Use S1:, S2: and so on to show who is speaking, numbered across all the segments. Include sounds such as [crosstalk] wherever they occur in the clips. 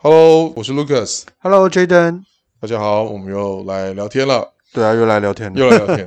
S1: Hello，我是 Lucas，
S2: Hello Jaden，
S1: 大家好，我们又来聊天了，
S2: 对啊，又来聊天了。
S1: 又来聊天。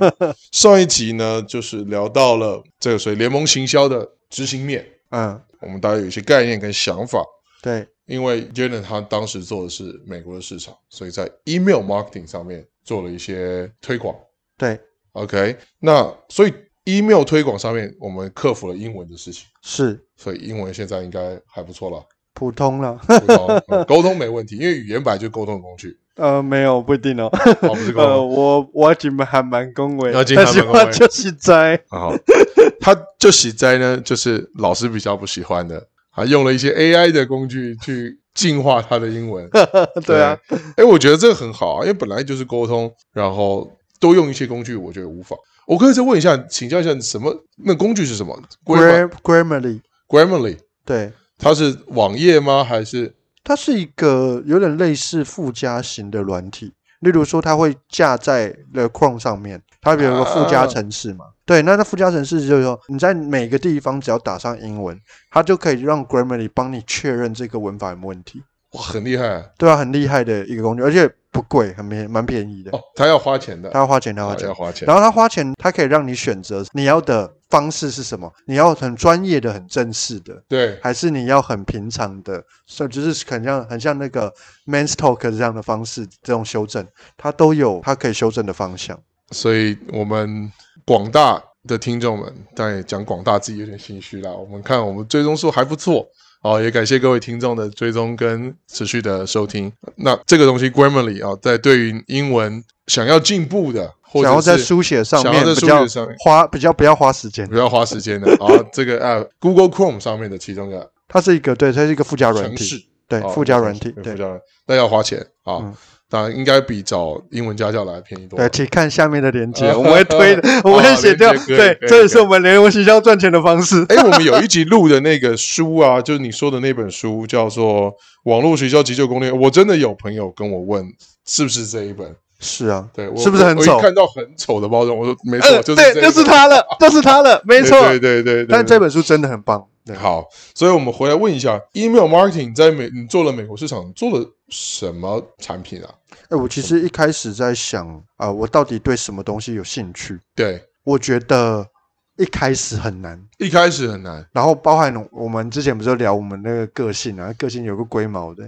S1: 上一集呢，就是聊到了这个所谓联盟行销的执行面，
S2: 嗯，
S1: 我们大家有一些概念跟想法。
S2: 对，
S1: 因为 Jalen 他当时做的是美国的市场，所以在 email marketing 上面做了一些推广。
S2: 对，
S1: OK，那所以 email 推广上面我们克服了英文的事情，
S2: 是
S1: 所以英文现在应该还不错了，
S2: 普通了。
S1: 不错嗯沟通没问题，因为语言本来就是沟通的工具，
S2: [laughs] 呃，没有，不一定哦。
S1: 哦，不是沟
S2: 呃，
S1: 通。
S2: 我我今麦还蛮恭维，
S1: 啊真的
S2: 但是
S1: 还蛮
S2: 我
S1: 恭维
S2: 就是在
S1: 啊，好， [laughs] 他就喜在呢，就是老师比较不喜欢的，还用了一些 AI 的工具去进化他的英文。
S2: [laughs] 对啊，，
S1: 哎，我觉得这个很好啊，因为本来就是沟通，然后多用一些工具，我觉得无妨。我可以再问一下，请教一下，什么那工具是什么
S2: Gra- Grammarly，
S1: ？Grammarly，
S2: 对，
S1: 它是网页吗？还是
S2: 它是一个有点类似附加型的软体，例如说它会架在的 Chrome 上面，它比如说附加城市
S1: 啊
S2: 嘛。对，那那附加城市就是说，你在每个地方只要打上英文，它就可以让 Grammarly 帮你确认这个文法有没有问题。
S1: 哇，很厉害啊
S2: 对啊，很厉害的一个工具，而且不贵，很便蛮便宜的。
S1: 哦，他要花钱的，
S2: 他要花钱，他要花
S1: 哦
S2: 钱
S1: 要。花钱。
S2: 然后他花钱，他可以让你选择你要的方式是什么，你要很专业的、很正式的，
S1: 对，
S2: 还是你要很平常的，所以就是很像很像那个 man's talk 这样的方式，这种修正，它都有它可以修正的方向。
S1: 所以我们广大的听众们，但也讲广大自己有点心虚啦。我们看我们追踪数还不错，哦，也感谢各位听众的追踪跟持续的收听。那这个东西 Grammarly 啊、在对于英文想要进步的，或
S2: 然后在
S1: 者是
S2: 书写上
S1: 想
S2: 面
S1: 要在
S2: 比
S1: 书
S2: 较
S1: 写上面
S2: 花，比较不要花时间
S1: 不。要花时间的啊，这个啊 Google Chrome 上面的其中一个
S2: 它是一个对，它是一个附加软
S1: 城市
S2: 体，，对，
S1: 哦
S2: 附加软体，
S1: 对
S2: 对
S1: 附加软体，那要花钱啊。
S2: 嗯
S1: 当然应该比找英文家教来便宜多
S2: 对，
S1: 了。
S2: 请看下面的链
S1: [laughs]
S2: 接，
S1: 啊
S2: 我们会推的，我
S1: 啊
S2: 会写掉。
S1: 连接可以
S2: 对
S1: 可，以
S2: 这也是
S1: 可以
S2: 我们联合行销赚钱的方式。
S1: 哎，我们有一集录的那个书啊， [laughs] 就是你说的那本书，叫做《网络学校急救攻略》。我真的有朋友跟我问，是不是这一本？
S2: 是啊，
S1: 对，我
S2: 是不是很
S1: 我我一
S2: 丑？
S1: 看到很丑的包装，我说没错，
S2: 呃，
S1: 就是
S2: 对，
S1: 这一
S2: 就是
S1: 本
S2: 他了，就是他了，没错。
S1: 对对对对对。
S2: 但这本书真的很棒，对，
S1: 好，所以我们回来问一下，email marketing 在美你做了美国市场做了什么产品啊？
S2: 哎，我其实一开始在想啊、我到底对什么东西有兴趣？
S1: 对，
S2: 我觉得一开始很难，
S1: 一开始很难，
S2: 然后包含我们之前不是聊我们那个个性啊，个性有个龟毛的，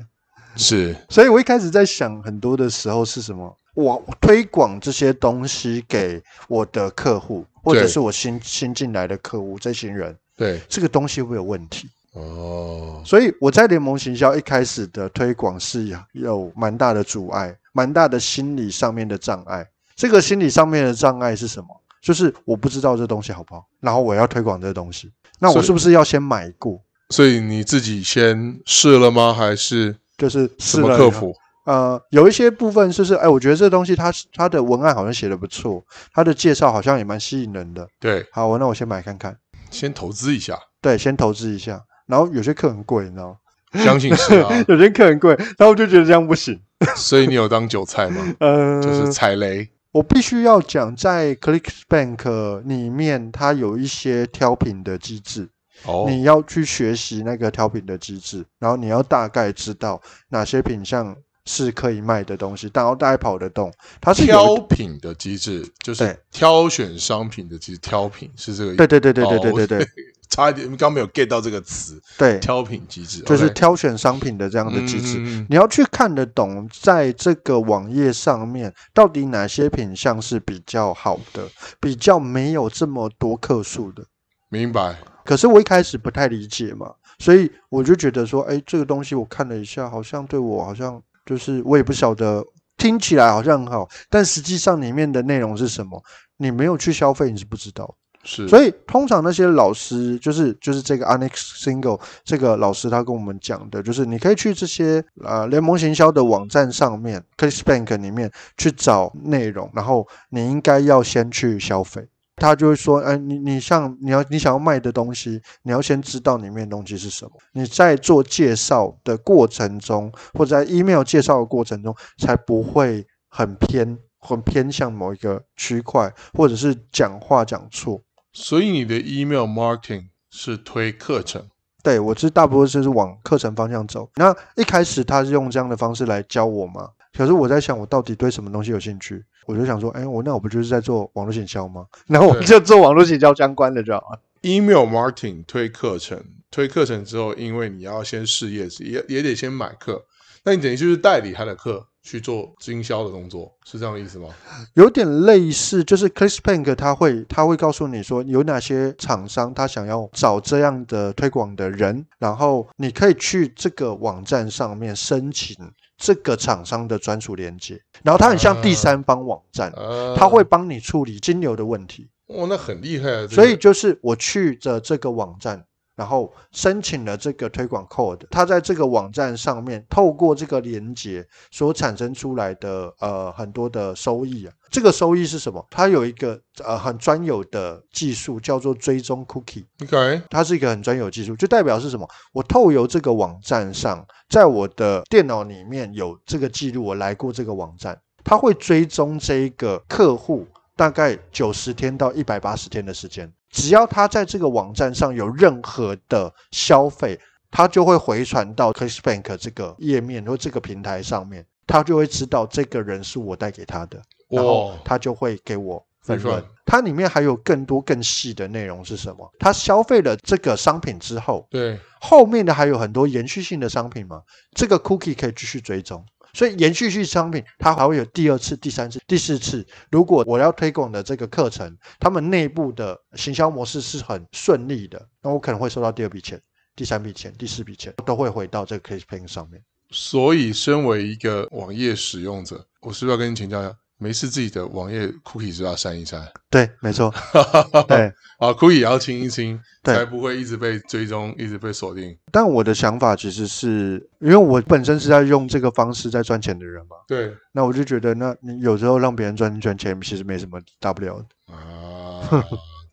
S1: 是
S2: 所以我一开始在想很多的时候是什么？我推广这些东西给我的客户，或者
S1: 对
S2: 是我新新进来的客户这群人，
S1: 对
S2: 这个东西会不会有问题？
S1: 哦，
S2: 所以我在联盟行销一开始的推广是有蛮大的阻碍，蛮大的心理上面的障碍。这个心理上面的障碍是什么？就是我不知道这东西好不好，然后我要推广这个东西，那
S1: 所
S2: 我
S1: 以
S2: 是不是要先买过？
S1: 所以你自己先试了吗？还是
S2: 就是
S1: 怎
S2: 试
S1: 么
S2: 了以
S1: 克
S2: 后
S1: 服？
S2: 呃，有一些部分就是，哎，我觉得这东西它它的文案好像写的不错，它的介绍好像也蛮吸引人的。
S1: 对，
S2: 好，那我先买看看，
S1: 先投资一下。
S2: 对，先投资一下。然后有些课很贵，你知道吗？，
S1: 相信是啊
S2: [laughs] 有些课很贵，然后我就觉得这样不行。
S1: 所以你有当韭菜吗？
S2: 呃，
S1: 就是踩雷，
S2: 我必须要讲，在 ClickBank 里面，它有一些挑品的机制，
S1: 哦，
S2: 你要去学习那个挑品的机制，然后你要大概知道哪些品项是可以卖的东西，然后大概跑得动。它是有
S1: 挑品的机制就是
S2: 对
S1: 挑选商品的机制，挑品是这个意
S2: 对
S1: 思。
S2: 对对对对
S1: 哦
S2: 对对对
S1: 差一点，刚没有 get 到这个词，
S2: [laughs] 对，
S1: 挑品机制
S2: 就是
S1: OK
S2: 挑选商品的这样的机制。
S1: 嗯
S2: 你要去看得懂，在这个网页上面到底哪些品项是比较好的，比较没有这么多克数的。
S1: 明白。
S2: 可是我一开始不太理解嘛，所以我就觉得说，哎，这个东西我看了一下，好像对我好像就是我也不晓得，听起来好像很好，但实际上里面的内容是什么，你没有去消费你是不知道。
S1: 是，
S2: 所
S1: 以
S2: 以通常那些老师，就是就是这个 Onyx Single 这个老师，他跟我们讲的，就是你可以去这些呃联盟行销的网站上面 c l i c k b a n k 里面去找内容，然后你应该要先去消费。他就会说，哎，你你像你要你想要卖的东西，你要先知道里面的东西是什么。你在做介绍的过程中，或者在 email 介绍的过程中，才不会很偏很偏向某一个区块，或者是讲话讲错。
S1: 所以你的 email marketing 是推课程，
S2: 对我其实大部分就是往课程方向走。那一开始他是用这样的方式来教我嘛，可是我在想，我到底对什么东西有兴趣？我就想说，哎，我那我不就是在做网络行销吗？那我
S1: 对
S2: 就做网络行销相关的就好了。
S1: email marketing 推课程，推课程之后，因为你要先试业绩，也也得先买课，那你等于就是代理他的课去做经销的动作，是这样的意思吗？
S2: 有点类似，就是 ClickBank 它会它会告诉你说有哪些厂商他想要找这样的推广的人，然后你可以去这个网站上面申请这个厂商的专属链接，然后它很像第三方网站，
S1: 呃，
S2: 它会帮你处理金流的问题。
S1: 哇，那很厉害啊！这个
S2: 所以就是我去的这个网站，然后申请了这个推广 code，它在这个网站上面透过这个连接所产生出来的呃很多的收益啊，这个收益是什么？它有一个呃很专有的技术叫做追踪 cookie。
S1: OK，
S2: 它是一个很专有技术，就代表是什么？我透由这个网站上，在我的电脑里面有这个记录，我来过这个网站，它会追踪这一个客户大概九十天到一百八十天的时间，只要他在这个网站上有任何的消费，它就会回传到 ClickBank 这个页面或这个平台上面，它就会知道这个人是我带给他的。然后
S1: 哇，
S2: 他就会给我分
S1: 没
S2: 润
S1: 错。
S2: 它里面还有更多更细的内容是什么？他消费了这个商品之后，
S1: 对，
S2: 后面的还有很多延续性的商品嘛？这个 cookie 可以继续追踪，所以延续性商品它还会有第二次、第三次、第四次。如果我要推广的这个课程，他们内部的行销模式是很顺利的，那我可能会收到第二笔钱、第三笔钱、第四笔钱，都会回到这个 ClickPay 上面。
S1: 所以身为一个网页使用者，我是不是要跟你请教一下？没事，自己的网页 cookie 是不是要删一删， [laughs]
S2: 对，没错，哦对。
S1: 啊，cookie 也要清一清，
S2: 对
S1: 才不会一直被追踪，一直被锁定。
S2: 但我的想法其实是因为我本身是在用这个方式在赚钱的人嘛， [laughs]
S1: 对
S2: 那我就觉得，那你有时候让别人赚赚钱，其实没什么大不了的。
S1: 啊，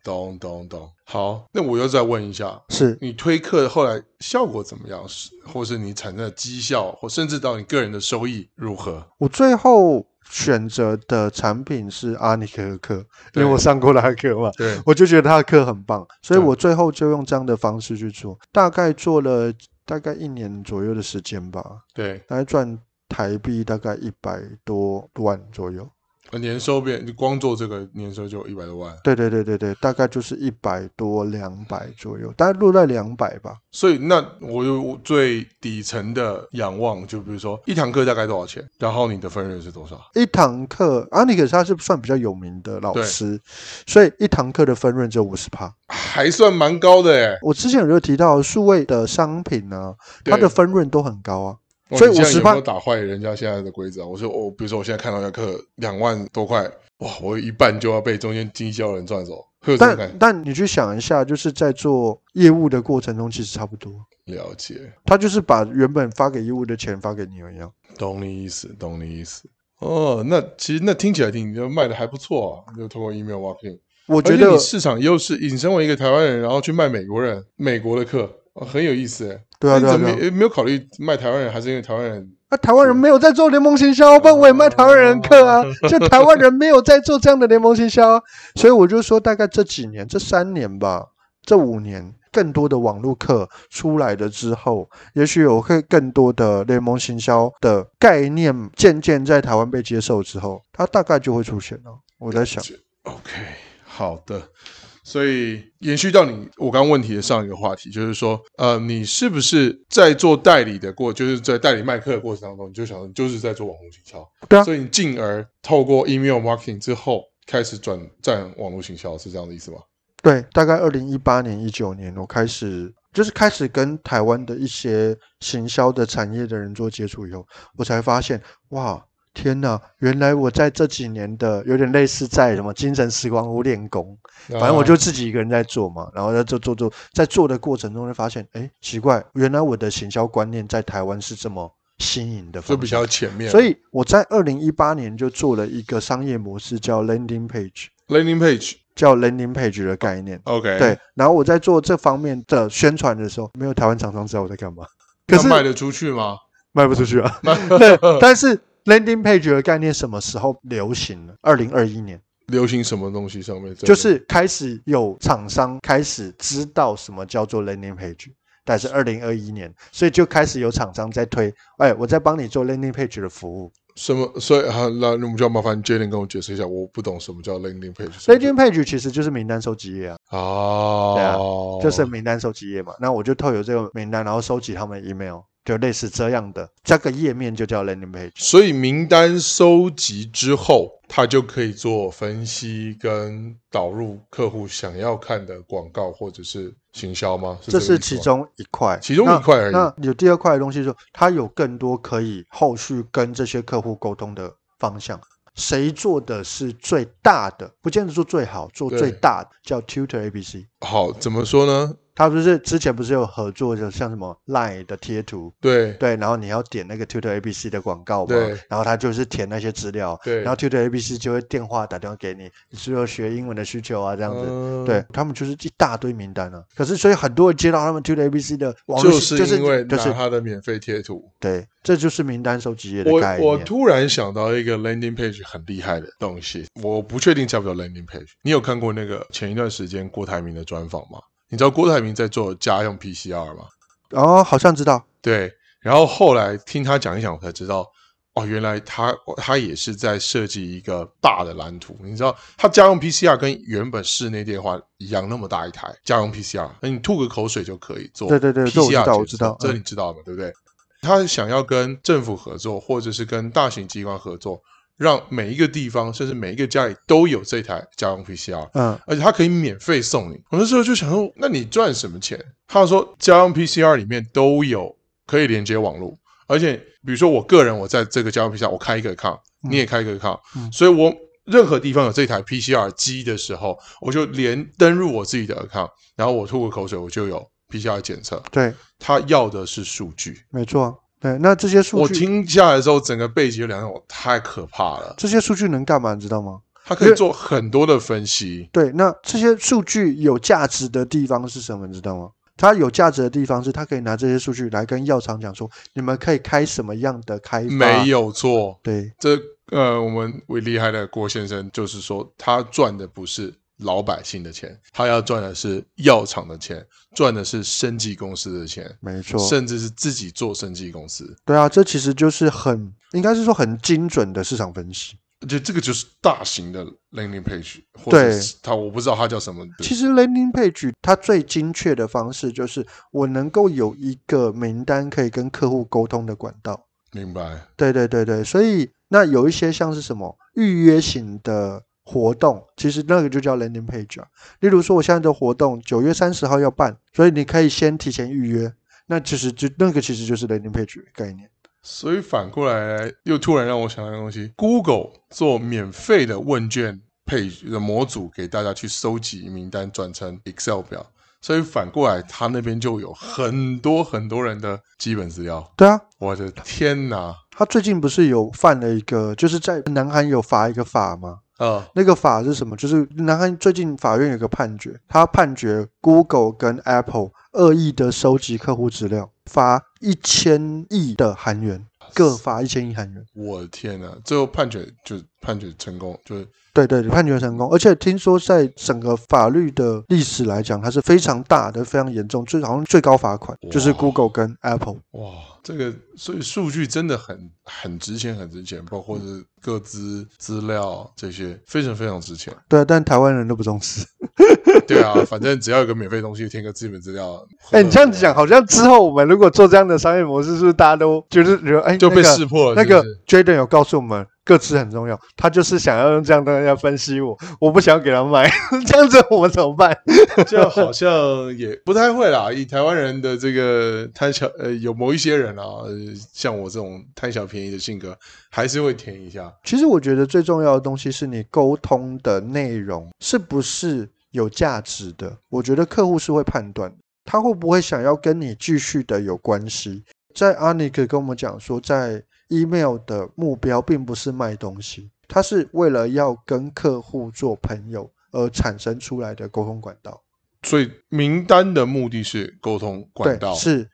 S1: 懂懂懂。好，那我又再问一下，
S2: 是
S1: 你推课后来效果怎么样？是，或是你产生的绩效，或甚至到你个人的收益如何？
S2: 我最后选择的产品是阿尼克的课，因
S1: 对
S2: 为我上过他的课嘛，
S1: 对，
S2: 我就觉得他的课很棒，所以
S1: 对
S2: 我最后就用这样的方式去做，大概做了大概一年左右的时间吧，
S1: 对，
S2: 大概赚台币大概一百多万左右。
S1: 年收变，你光做这个年收就一百多万，
S2: 对对对对对，大概就是一百多两百左右，大概落在两百吧。
S1: 所以那我有最底层的仰望，就比如说一堂课大概多少钱，然后你的分润是多少？
S2: 一堂课，阿尼克他是算比较有名的老
S1: 对
S2: 师，所以一堂课的分润只有五十趴。
S1: 还算蛮高的哎，
S2: 我之前有提到数位的商品呢、
S1: 对
S2: 它的分润都很高啊。
S1: 哇
S2: 所以
S1: 你这样
S2: 50
S1: 有没
S2: 趴
S1: 有打坏人家现在的规则啊？我说我、比如说我现在看到一个课两万多块，哇，我有一半就要被中间经销人赚走，会有这种感
S2: 但但你去想一下，就是在做业务的过程中，其实差不多，
S1: 了解，
S2: 他就是把原本发给业务的钱发给你而已啊。
S1: 懂你意思，懂你意思。哦，那其实那听起来你就卖的还不错啊，就通过 email marketing，
S2: 我
S1: 我
S2: 觉
S1: 你
S2: 得
S1: 市场优势，你身为一个台湾人，然后去卖美国人美国的课，哦很有意思哎。
S2: 对啊对
S1: 那
S2: 啊
S1: 你怎
S2: 对啊
S1: 么没没有考虑卖台湾人，还是因为台湾人？
S2: 那、啊台湾人没有在做联盟行销，不然我也卖台湾人课啊。就台湾人没有在做这样的联盟行销啊、所以我就说，大概这几年、这三年吧，这五年，更多的网络课出来了之后，也许有会更多的联盟行销的概念，渐渐在台湾被接受之后，它大概就会出现了。我在想，
S1: OK，好的。所以延续到你我刚问题的上一个话题，就是说，呃，你是不是在做代理的过，就是在代理卖课的过程当中，你就想你就是在做网络行销，
S2: 对啊
S1: 所以你进而透过 email marketing 之后开始转战网络行销，是这样的意思吗？
S2: 对，大概二零一八年、一九年，我开始就是开始跟台湾的一些行销的产业的人做接触以后，我才发现，哇，天哪！原来我在这几年的有点类似在什么精神时光屋练功，
S1: 反
S2: 反正我就自己一个人在做嘛，然后在做做做，在做的过程中就发现，哎，奇怪，原来我的行销观念在台湾是这么新颖的
S1: 就
S2: 方
S1: 比
S2: 向。
S1: 较前面，
S2: 所以我在二零一八年就做了一个商业模式，叫 landing page，
S1: landing page
S2: 叫 landing page 的概念。
S1: OK，
S2: 对，，然后我在做这方面的宣传的时候，没有台湾厂商知道我在干嘛，
S1: [laughs]
S2: 可
S1: 那
S2: 是
S1: 卖得出去吗？
S2: 卖不出去
S1: [laughs]
S2: 啊。对， [laughs] 但是 landing page 的概念什么时候流行呢？二零二一年，
S1: 流行什么东西上面？
S2: 就是开始有厂商开始知道什么叫做 landing page。但是二零二一年，所以就开始有厂商在推，哎，我在帮你做 landing page 的服务。
S1: 什么？所以好，那那我们就要麻烦 Jalen 跟我解释一下，我不懂什么叫 landing page。
S2: landing page 其实就是名单收集页啊，
S1: 哦，
S2: 对啊就是名单收集页嘛。那我就透过这个名单，然后收集他们的 email，就类似这样的，这个页面就叫 landing page。
S1: 所以名单收集之后，它就可以做分析跟导入客户想要看的广告或者是行销吗？
S2: 这
S1: 这个
S2: 是
S1: 意思
S2: 其
S1: 吗。
S2: 中一块，
S1: 其中一块而已
S2: 那。那有第二块的东西就是，它有更多可以后续跟这些客户沟通的方向。谁做的是最大的，不见得做最好，做
S1: 对
S2: 最大的叫 Tutor ABC。
S1: 好，怎么说呢？
S2: 它不是之前不是有合作，就像什么 Line 的贴图，
S1: 对
S2: 对，然后你要点那个 Tutor ABC 的广告嘛
S1: 对，
S2: 然后他就是填那些资料，
S1: 对，
S2: 然后 Tutor ABC 就会电话打电话给你，你是有学英文的需求啊，这样子。
S1: 嗯
S2: 对他们就是一大堆名单啊，可是所以很多人接到他们 Tutor ABC 的网络
S1: 就
S2: 信
S1: 是因为
S2: 就
S1: 拿
S2: 是
S1: 它的免费贴图。
S2: 对，这就是名单收集页的
S1: 我
S2: 概念。
S1: 我突然想到一个 landing page 很厉害的东西，我不确定叫不叫 landing page。你有看过那个前一段时间郭台铭的专访吗？你知道郭台铭在做家用 PCR 吗？
S2: 哦，好像知道，
S1: 对，然后后来听他讲一讲，我才知道，哦，原来他他也是在设计一个大的蓝图。你知道，他家用 PCR 跟原本室内电话一样那么大一台，家用 PCR，那你吐个口水就可以做 PCR 检测。
S2: 对对对这我知道我知道嗯
S1: 这你知道嘛？对不对？他想要跟政府合作，或者是跟大型机关合作，让每一个地方，甚至每一个家里都有这台家用 PCR。
S2: 嗯，
S1: 而且它可以免费送你。我那时候就想说，那你赚什么钱？他说家用 PCR 里面都有可以连接网络，而且比如说我个人我在这个家用 PCR 我开一个 account，
S2: 嗯
S1: 你也开一个 account，、
S2: 嗯
S1: 所以我任何地方有这台 PCR 机的时候，我就连登入我自己的 account，然后我吐个口水，我就有 PCR 检测。
S2: 对，
S1: 他要的是数据。
S2: 没错，对。那这些数
S1: 我
S2: 据，
S1: 听下来的时候，整个背景就两种，太可怕了。
S2: 这些数据能干嘛？你知道吗？
S1: 它可以做很多的分析，
S2: 对，那这些数据有价值的地方是什么？你知道吗？它有价值的地方是，它可以拿这些数据来跟药厂讲说，你们可以开什么样的开发？
S1: 没，有错。
S2: 对，
S1: 这呃，我们为厉害的郭先生就是说，他赚的不是老百姓的钱，他要赚的是药厂的钱，赚的是生技公司的钱，
S2: 没错，
S1: 甚至是自己做生技公司。
S2: 对啊，这其实就是很，应该是说很精准的市场分析。
S1: 就这个就是大型的 landing page，或者
S2: 对
S1: 是他我不知道他叫什么。
S2: 其实 landing page 它最精确的方式就是，我能够有一个名单可以跟客户沟通的管道。
S1: 明白，
S2: 对对对对，所以那有一些像是什么预约型的活动，其实那个就叫 landing page 啊。例如说，我现在的活动九月三十号要办，所以你可以先提前预约。那其实就那个其实就是 landing page 的概念。
S1: 所以反过来又突然让我想到一个东西：Google 做免费的问卷 page 的模组给大家去收集名单，转成 Excel 表。所以反过来，他那边就有很多很多人的基本资料。
S2: 对啊，
S1: 我的天哪！
S2: 他最近不是有犯了一个，就是在南韩有罚一个法吗？
S1: 啊，
S2: 那个法是什么？就是南韩最近法院有个判决，他判决 Google 跟 Apple 恶意的收集客户资料，罚一千亿的韩元，各罚一千亿韩元。
S1: 我的天哪！最后判决就判决成功，就是
S2: 对对，判决成功，而且听说在整个法律的历史来讲，它是非常大的、非常严重，最好像最高罚款
S1: 哇
S2: 就是 Google 跟 Apple。
S1: 哇，这个所以数据真的很很值钱，很值钱，包括是各资资料这些，非常非常值钱。
S2: 对啊，但台湾人都不重视。
S1: 对啊，反正只要有个免费东西，填个基本资料。
S2: [laughs] [laughs] 哎，你这样子讲，好像之后我们如果做这样的商业模式，是不是大家都觉得觉得哎
S1: 就被
S2: 那个
S1: 识破了
S2: 那
S1: 哦是不
S2: 个
S1: 是。
S2: Jaden 有告诉我们，各自很重要，他就是想要用这样的东西来分析我，我不想要给他买， [laughs] 这样子我们怎么办？
S1: 就好像也 [laughs] 不太会啦。以台湾人的这个贪小呃，有某一些人啊，呃像我这种贪小便宜的性格，还是会填一下。
S2: 其实我觉得最重要的东西是你沟通的内容是不是有价值的。我觉得客户是会判断的他会不会想要跟你继续的有关系。在阿尼克跟我们讲说，在 email 的目标并不是卖东西，他是为了要跟客户做朋友而产生出来的沟通管道。
S1: 所以名单的目的是沟通管道，
S2: 对，是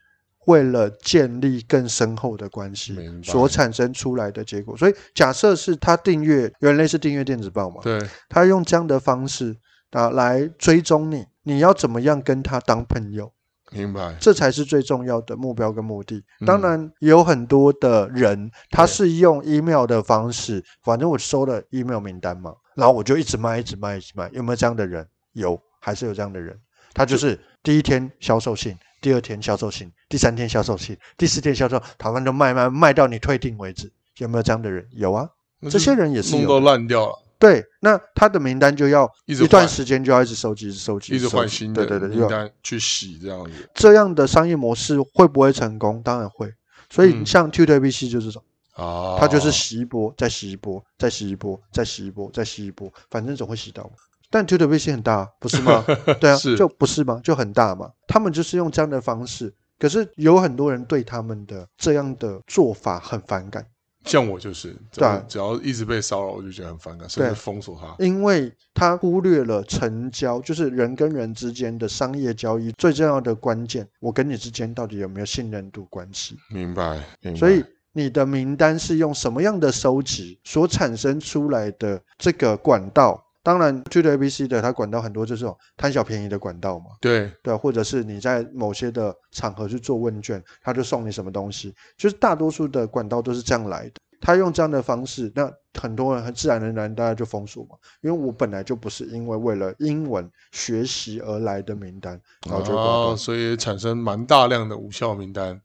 S2: 为了建立更深厚的关系
S1: 明白
S2: 所产生出来的结果。所以假设是他订阅，原来是订阅电子报嘛，
S1: 对
S2: 他用这样的方式啊来追踪你，你要怎么样跟他当朋友？
S1: 明白，
S2: 这才是最重要的目标跟目的。
S1: 嗯
S2: 当然，有很多的人他是用 email 的方式，反正我收了 email 名单嘛，然后我就一直卖，一直卖，一直卖。有没有这样的人？有，还是有这样的人。他就是第一天销售信，第二天销售信，第三天销售信，第四天销售，他们都卖卖卖到你退订为止。有没有这样的人？有啊，
S1: 那
S2: 这
S1: 就
S2: 些人也是
S1: 弄
S2: 有
S1: 到
S2: 的。
S1: 烂掉了，
S2: 对，那他的名单就要
S1: 一直
S2: 一段
S1: 换
S2: 时间就要一直收集，一直收集，
S1: 一直
S2: 收
S1: 换
S2: 集
S1: 新
S2: 对
S1: 的
S2: 对对，
S1: 名
S2: 要
S1: 单去洗这样子
S2: 这样的商业模式会不会成功？当然会。所以
S1: 嗯
S2: 像 t u t o b c 就是这种，
S1: 啊，
S2: 它就是洗一波，再洗一波，再洗一波，再洗一波，再洗一波，反正总会洗到嘛。但 t u t o b c 很大，啊不
S1: [laughs]
S2: 是吗？对啊，
S1: 是
S2: 就不是吗？就很大嘛。他们就是用这样的方式，可是有很多人对他们的这样的做法很反感，
S1: 像我就是，只
S2: 对
S1: 要
S2: 啊
S1: 只要一直被骚扰，我就觉得很反感，甚至
S2: 对
S1: 封锁他。
S2: 因为他忽略了成交，就是人跟人之间的商业交易最重要的关键，我跟你之间到底有没有信任度关系？
S1: 明白，明白
S2: 所以你的名单是用什么样的收集所产生出来的这个管道？当然 t u t o ABC 的它管道很多，就是这种贪小便宜的管道嘛，
S1: 对，
S2: 对啊，或者是你在某些的场合去做问卷，他就送你什么东西，就是大多数的管道都是这样来的。他用这样的方式，那很多人很自然而然大家就封锁嘛，因为我本来就不是因为为了英文学习而来的名单，然后就挂断
S1: 啊，所以产生蛮大量的无效名单。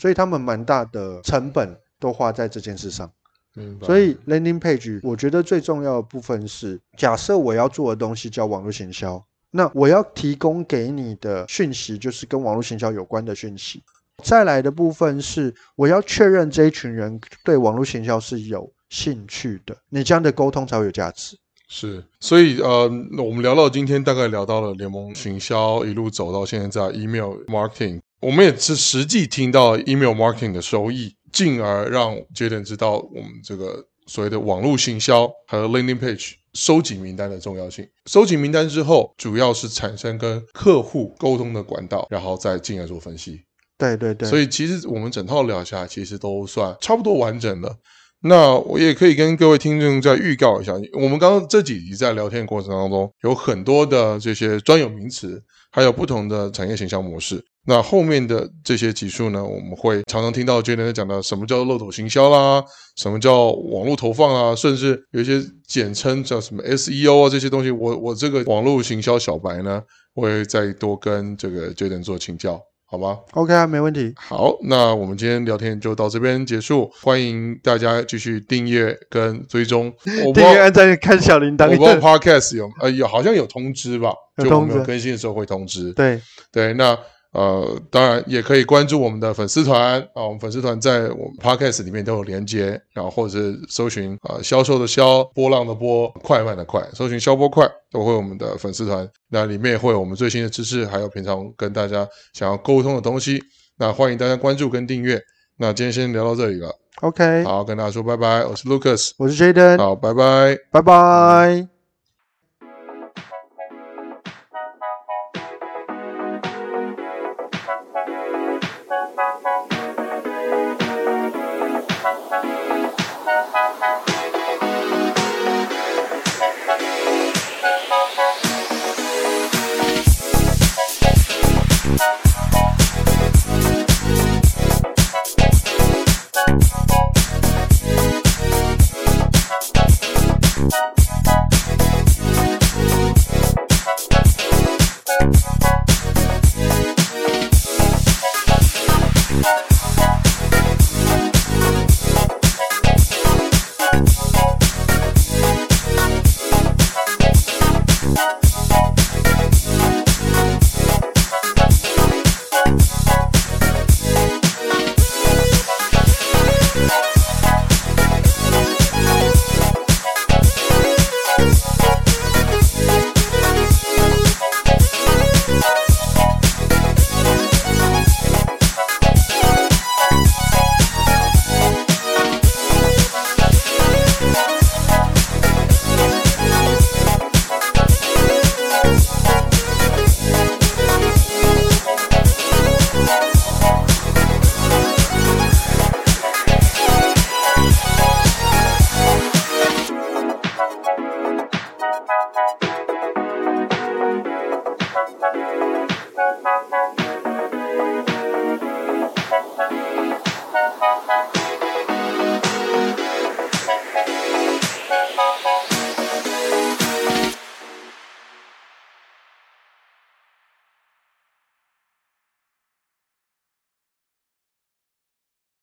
S2: 所以他们蛮大的成本都花在这件事上。
S1: 明白，
S2: 所以 landing page 我觉得最重要的部分是，假设我要做的东西叫网络行销，那我要提供给你的讯息就是跟网络行销有关的讯息。再来的部分是，我要确认这一群人对网络行销是有兴趣的，你这样的沟通才会有价值。
S1: 是，所以呃，那我们聊到今天，大概聊到了联盟行销一路走到现在，email marketing，我们也是实际听到 email marketing 的收益，进而让 Jaden 知道我们这个所谓的网络行销和 landing page 收集名单的重要性。收集名单之后，主要是产生跟客户沟通的管道，然后再进而做分析。
S2: 对对对，
S1: 所以其实我们整套聊下来，其实都算差不多完整了。那我也可以跟各位听众再预告一下，我们刚刚这几集在聊天过程当中，有很多的这些专有名词，还有不同的产业形象模式。那后面的这些集数呢，我们会常常听到 j a 在讲的什么叫漏斗行销啦，什么叫网络投放啊，甚至有一些简称叫什么 SEO 啊这些东西。我我这个网络行销小白呢，我会再多跟这个 j a 做请教，好吗？
S2: OK 啊，没问题。
S1: 好，那我们今天聊天就到这边结束，欢迎大家继续订阅跟追
S2: [laughs]
S1: 踪。我不知
S2: 订
S1: 道
S2: 阅、按赞、看小铃
S1: 我不知道
S2: 铛。
S1: Podcast 有呃有好像有通知吧，
S2: 有
S1: 就我们
S2: 通知
S1: 有更新的时候会通知。
S2: 对，
S1: 对，那呃当然也可以关注我们的粉丝团啊，我们粉丝团在我们 Podcast 里面都有连接，然后或者是搜寻呃销售的销，波浪的波，快慢的快，搜寻消波快都会有我们的粉丝团，那里面也会有我们最新的知识，还有平常跟大家想要沟通的东西。那欢迎大家关注跟订阅。那今天先聊到这里了，
S2: OK，
S1: 好，跟大家说拜拜，我是 Lucas，
S2: 我是 Jaden，
S1: 好，拜拜。
S2: 拜拜。